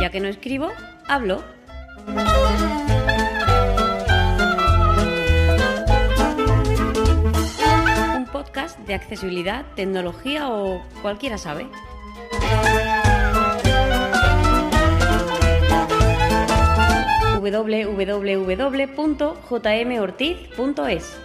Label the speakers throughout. Speaker 1: ya que no escribo, hablo. Un podcast de accesibilidad, tecnología o cualquiera sabe. www.jmortiz.es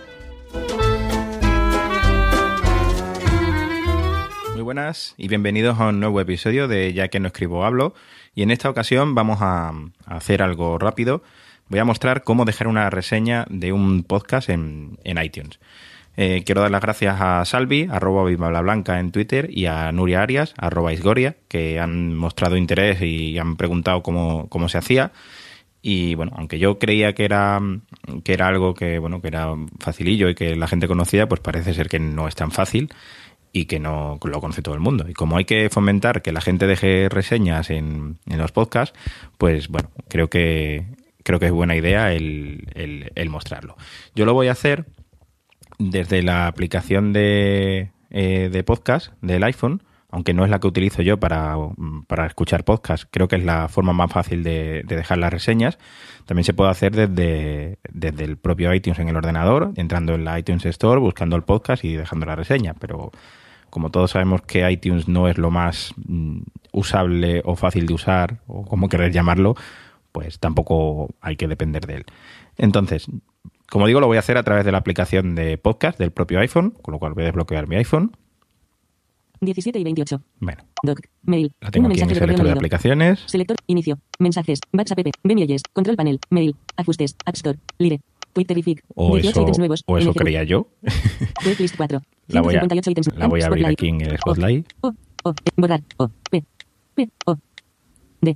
Speaker 2: Muy buenas y bienvenidos a un nuevo episodio de Ya que no escribo hablo. Y en esta ocasión vamos a a hacer algo rápido. Voy a mostrar cómo dejar una reseña de un podcast en, en iTunes. Eh, quiero dar las gracias a Salvi, arroba Blanca en Twitter, y a Nuria Arias, arroba Isgoria, que han mostrado interés y han preguntado cómo, cómo se hacía. Y bueno, aunque yo creía que era, que era algo que, bueno, que era facilillo y que la gente conocía, pues parece ser que no es tan fácil y que no lo conoce todo el mundo. Y como hay que fomentar que la gente deje reseñas en, en los podcasts, pues bueno, creo que creo que es buena idea el, el- el mostrarlo. Yo lo voy a hacer desde la aplicación de, eh, de podcast del iPhone, aunque no es la que utilizo yo para, mm, para escuchar podcast, creo que es la forma más fácil de, de dejar las reseñas. También se puede hacer desde, desde el propio iTunes en el ordenador, entrando en la iTunes Store, buscando el podcast y dejando la reseña, pero como todos sabemos que iTunes no es lo más mm, usable o fácil de usar, o como querer llamarlo, pues tampoco hay que depender de él. Entonces, como digo, lo voy a hacer a través de la aplicación de podcast del propio iPhone, con lo cual voy a desbloquear mi iPhone.
Speaker 3: 17 y 28.
Speaker 2: Bueno,
Speaker 3: Doc. Mail.
Speaker 2: la tengo
Speaker 3: Un
Speaker 2: aquí en el
Speaker 3: mensaje de
Speaker 2: selector
Speaker 3: correo
Speaker 2: de
Speaker 3: leído.
Speaker 2: aplicaciones.
Speaker 3: Selector. Inicio. Mensajes. WhatsApp. app, Menúes. Control panel. Mail. Ajustes. App Store. Lire. Twitterific.
Speaker 2: O
Speaker 3: 18
Speaker 2: eso,
Speaker 3: ítems nuevos.
Speaker 2: o eso
Speaker 3: NGU.
Speaker 2: creía yo.
Speaker 3: Waitlist 4.
Speaker 2: La voy a-
Speaker 3: 158 ítems.
Speaker 2: la voy a abrir
Speaker 3: Spotlight.
Speaker 2: aquí en el Spotlight.
Speaker 3: O, O, O, borrar. O, P, P, O, D,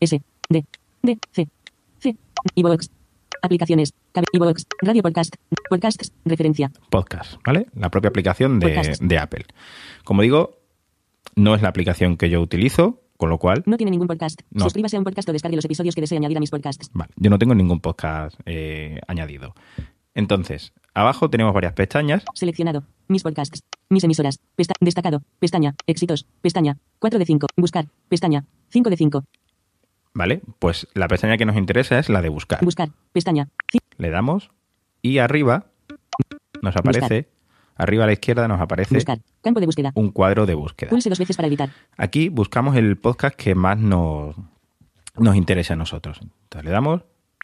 Speaker 3: S, D, D, C, C, iVoox. Aplicaciones. Cabe- iVoox. Radio Podcast. Podcasts. Referencia.
Speaker 2: Podcast, ¿vale? La propia aplicación de,
Speaker 3: Podcast.
Speaker 2: de Apple. Como digo, no es la aplicación que yo utilizo, con lo cual
Speaker 3: No tiene ningún podcast.
Speaker 2: No.
Speaker 3: Suscríbase a un podcast o descargue los episodios que desee añadir a mis podcasts.
Speaker 2: Vale, yo no tengo ningún podcast eh, añadido. Entonces, abajo tenemos varias pestañas.
Speaker 3: Seleccionado. Mis podcasts. Mis emisoras. Pesta- destacado. Pestaña. Éxitos. Pestaña. 4 de 5. Buscar. Pestaña. 5 de 5.
Speaker 2: ¿Vale? Pues la pestaña que nos interesa es la de buscar.
Speaker 3: Buscar. Pestaña. Ci-
Speaker 2: Le damos y arriba nos aparece, arriba a la izquierda nos aparece
Speaker 3: Buscar. Campo de búsqueda.
Speaker 2: un cuadro de búsqueda.
Speaker 3: Pulse dos veces para editar.
Speaker 2: Aquí buscamos el podcast que más nos, nos interesa a nosotros. Entonces le damos,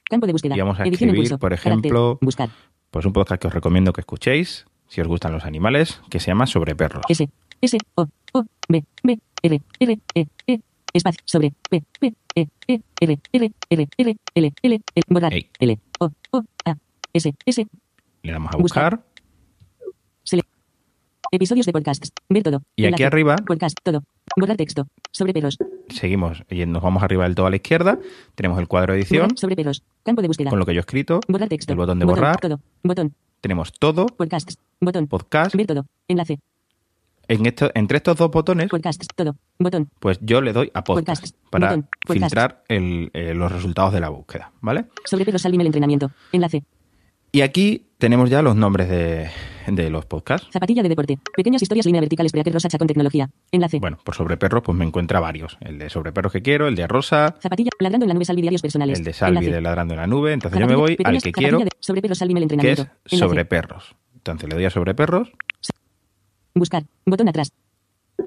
Speaker 3: Campo de búsqueda.
Speaker 2: Y vamos a
Speaker 3: Edición
Speaker 2: escribir,
Speaker 3: impulso.
Speaker 2: por
Speaker 3: Carácter.
Speaker 2: ejemplo,
Speaker 3: Buscar.
Speaker 2: pues un podcast que os recomiendo que escuchéis, si os gustan los animales, que se llama Sobre Perros.
Speaker 3: S, S, O, O, B, B, R, R, E, E, espacio, sobre, P, P, E, E, R, R, R, R, L, L, L, borrar,
Speaker 2: Ey.
Speaker 3: L, O, O, A, S, S,
Speaker 2: Le damos a
Speaker 3: Buscar.
Speaker 2: buscar.
Speaker 3: select, episodios de podcasts, ver todo.
Speaker 2: Y aquí arriba-
Speaker 3: Podcast, todo, borrar texto, sobre perros,
Speaker 2: Seguimos y nos vamos arriba del todo a la izquierda. Tenemos el cuadro de edición.
Speaker 3: borrar, sobre perros, campo de búsqueda,
Speaker 2: con lo que yo he escrito.
Speaker 3: borrar texto,
Speaker 2: el botón de borrar.
Speaker 3: todo, botón,
Speaker 2: Tenemos todo,
Speaker 3: podcasts, botón,
Speaker 2: podcast.
Speaker 3: ver todo, enlace,
Speaker 2: En esto, entre estos dos botones,
Speaker 3: podcasts, todo, botón,
Speaker 2: pues yo le doy a podcast
Speaker 3: Podcast,
Speaker 2: para
Speaker 3: botón, pues podcast.
Speaker 2: filtrar el- eh, los resultados de la búsqueda, ¿vale?
Speaker 3: sobre perros, Salvime el entrenamiento, enlace,
Speaker 2: Y aquí tenemos ya los nombres de, de los podcasts.
Speaker 3: zapatilla de deporte, pequeñas historias, línea vertical, Spreaker, rosa, Chat con tecnología, enlace.
Speaker 2: Bueno, por sobre perros, pues me encuentra varios. El de sobre perros que quiero, el de Rosa,
Speaker 3: Zapatilla, ladrando en la nube, salvi diarios personales.
Speaker 2: el de Salvi
Speaker 3: Enlace.
Speaker 2: de Ladrando en la Nube. Entonces yo me
Speaker 3: Zapatilla-
Speaker 2: voy al
Speaker 3: pequeñas-
Speaker 2: que
Speaker 3: zapatilla
Speaker 2: quiero,
Speaker 3: de- sobre perros, salvi el
Speaker 2: que
Speaker 3: entrenamiento.
Speaker 2: es
Speaker 3: Enlace.
Speaker 2: sobre perros. Entonces le doy a sobre perros
Speaker 3: Buscar, botón atrás.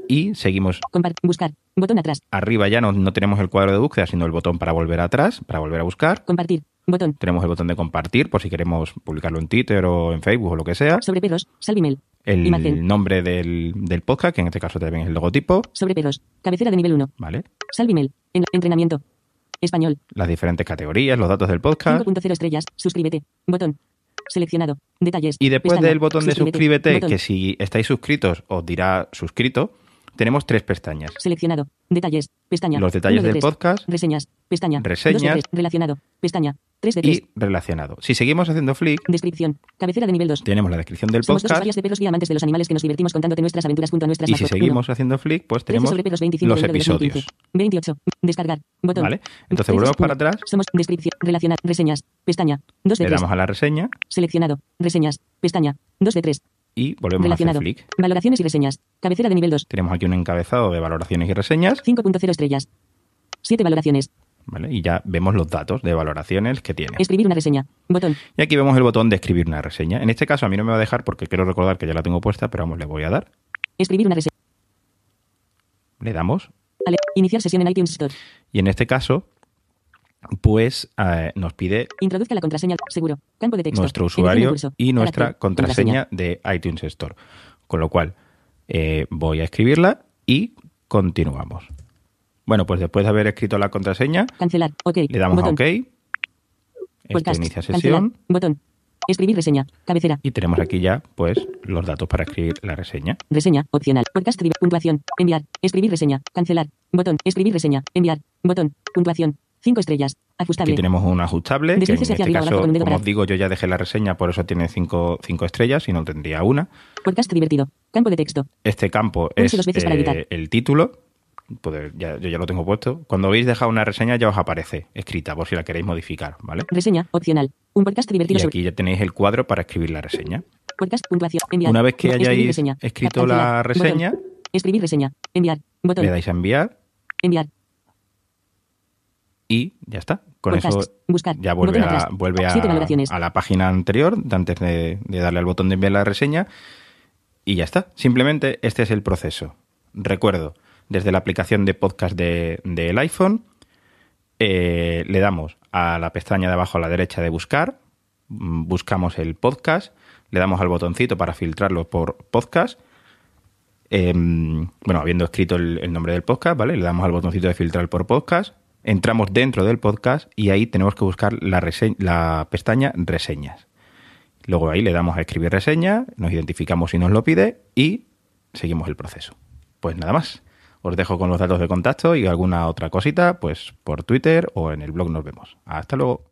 Speaker 2: y seguimos
Speaker 3: Compar- buscar, botón atrás.
Speaker 2: arriba. Ya no, no tenemos el cuadro de búsqueda, sino el botón para volver atrás, para volver a buscar.
Speaker 3: Compartir, botón.
Speaker 2: Tenemos el botón de compartir por si queremos publicarlo en Twitter o en Facebook o lo que sea.
Speaker 3: Sobre perros, salvi mail.
Speaker 2: El
Speaker 3: Imagen.
Speaker 2: nombre del, del podcast, que en este caso también es el logotipo,
Speaker 3: Sobre perros, cabecera de nivel 1.
Speaker 2: ¿vale?
Speaker 3: Salvi mail. En- entrenamiento. Español.
Speaker 2: Las diferentes categorías, los datos del podcast.
Speaker 3: 5.0 estrellas. Suscríbete. Botón. Seleccionado. Detalles.
Speaker 2: Y después
Speaker 3: Pestaña.
Speaker 2: del botón de suscríbete,
Speaker 3: Botón.
Speaker 2: que si estáis suscritos os dirá suscrito, tenemos tres pestañas.
Speaker 3: Seleccionado. Detalles. Pestaña.
Speaker 2: Los detalles
Speaker 3: Uno de
Speaker 2: del
Speaker 3: tres.
Speaker 2: podcast.
Speaker 3: Reseñas. Pestaña. Dos de
Speaker 2: Reseñas.
Speaker 3: tres. Relacionado. Pestaña. 3 de 3.
Speaker 2: Y relacionado. Si seguimos haciendo flick,
Speaker 3: Descripción. Cabecera de nivel 2.
Speaker 2: tenemos la descripción del
Speaker 3: Somos dos
Speaker 2: podcast.
Speaker 3: usuarias de perros guía amantes de los animales que nos divertimos contándote nuestras aventuras junto a nuestras
Speaker 2: Y si
Speaker 3: mascotas.
Speaker 2: seguimos haciendo flick, pues
Speaker 3: Uno. Trece
Speaker 2: tenemos
Speaker 3: sobre perros 25
Speaker 2: los
Speaker 3: de enero de
Speaker 2: episodios.
Speaker 3: 2015. 28. Descargar. Botón.
Speaker 2: ¿Vale? Entonces
Speaker 3: Trece
Speaker 2: volvemos
Speaker 3: sobre-
Speaker 2: para atrás,
Speaker 3: Somos descripción. Relacionar. Reseñas. Pestaña. 2 de
Speaker 2: le
Speaker 3: 3.
Speaker 2: damos a la reseña
Speaker 3: Seleccionado. Reseñas. Pestaña. 2 de 3.
Speaker 2: y volvemos a hacer
Speaker 3: Relacionado.
Speaker 2: flick.
Speaker 3: Valoraciones y reseñas. Cabecera de nivel 2.
Speaker 2: Tenemos aquí un encabezado de valoraciones y reseñas.
Speaker 3: 5.0 estrellas. Siete valoraciones.
Speaker 2: ¿vale? Y ya vemos los datos de valoraciones que tiene.
Speaker 3: Escribir una reseña. Botón.
Speaker 2: Y aquí vemos el botón de escribir una reseña. En este caso a mí no me va a dejar porque quiero recordar que ya la tengo puesta, pero vamos, le voy a dar.
Speaker 3: Escribir una reseña.
Speaker 2: Le damos.
Speaker 3: Ale- Iniciar sesión en iTunes Store.
Speaker 2: Y en este caso, pues eh, nos pide
Speaker 3: Introduzca la contraseña. Seguro. Campo de texto.
Speaker 2: nuestro
Speaker 3: Elige un
Speaker 2: usuario
Speaker 3: recurso.
Speaker 2: y nuestra
Speaker 3: Carácter.
Speaker 2: contraseña de iTunes Store. Con lo cual, eh, voy a escribirla y continuamos. Bueno, pues después de haber escrito la contraseña,
Speaker 3: Cancelar. OK.
Speaker 2: le damos
Speaker 3: Botón.
Speaker 2: a OK. Esto
Speaker 3: Podcast.
Speaker 2: inicia
Speaker 3: Cancelar.
Speaker 2: sesión
Speaker 3: Botón. Escribir reseña. Cabecera.
Speaker 2: y tenemos aquí ya pues los datos para escribir la reseña.
Speaker 3: Reseña. Opcional. Podcast. div- Puntuación. Enviar. Escribir reseña. Cancelar. Botón. Escribir reseña. Enviar. Botón. Puntuación. Cinco estrellas.
Speaker 2: Aquí
Speaker 3: Ajustable.
Speaker 2: tenemos un ajustable, que en
Speaker 3: Deslice hacia
Speaker 2: este
Speaker 3: arriba, abrazo
Speaker 2: caso,
Speaker 3: con el dedo
Speaker 2: como
Speaker 3: para-
Speaker 2: os digo, yo ya dejé la reseña, por eso tiene cinco, cinco estrellas y no tendría una.
Speaker 3: Podcast divertido. Campo de texto.
Speaker 2: Este campo
Speaker 3: Pulse
Speaker 2: es
Speaker 3: dos veces para
Speaker 2: eh,
Speaker 3: editar.
Speaker 2: el título. Pues ya- yo ya lo tengo puesto. Cuando habéis dejado una reseña ya os aparece escrita, por si la queréis modificar, ¿vale?
Speaker 3: Reseña. Opcional. Un podcast divertido
Speaker 2: Y
Speaker 3: sobre.
Speaker 2: aquí ya tenéis el cuadro para escribir la reseña.
Speaker 3: Podcast. Puntuación. Enviar.
Speaker 2: Una vez que
Speaker 3: Escribir
Speaker 2: hayáis
Speaker 3: reseña.
Speaker 2: escrito la
Speaker 3: Cancelar. Botón.
Speaker 2: reseña,
Speaker 3: Escribir reseña. Enviar. Botón.
Speaker 2: le dais a enviar
Speaker 3: Enviar.
Speaker 2: y ya está. Con
Speaker 3: Podcasts.
Speaker 2: eso
Speaker 3: Buscar.
Speaker 2: ya vuelve,
Speaker 3: Botón
Speaker 2: a,
Speaker 3: atrás.
Speaker 2: vuelve a-
Speaker 3: Siete valoraciones.
Speaker 2: a la página anterior de antes de, de darle al botón de enviar la reseña y ya está. Simplemente este es el proceso. Recuerdo, desde la aplicación de podcast de- del iPhone, eh, le damos a la pestaña de abajo a la derecha de buscar, mm, buscamos el podcast, le damos al botoncito para filtrarlo por podcast. eh, bueno, habiendo escrito el, el nombre del podcast, ¿vale? Le damos al botoncito de filtrar por podcast, entramos dentro del podcast y ahí tenemos que buscar la, rese- la pestaña reseñas. Luego ahí le damos a escribir reseña, nos identificamos si nos lo pide y seguimos el proceso. Pues nada más. Os dejo con los datos de contacto y alguna otra cosita, pues por Twitter o en el blog nos vemos. Hasta luego.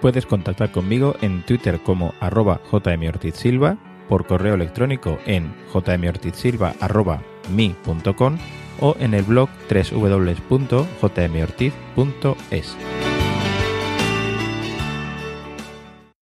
Speaker 2: Puedes contactar conmigo en Twitter como arroba jmortizsilva, por correo electrónico en jmortizsilva.mi.com o en el blog www.jmortiz.es.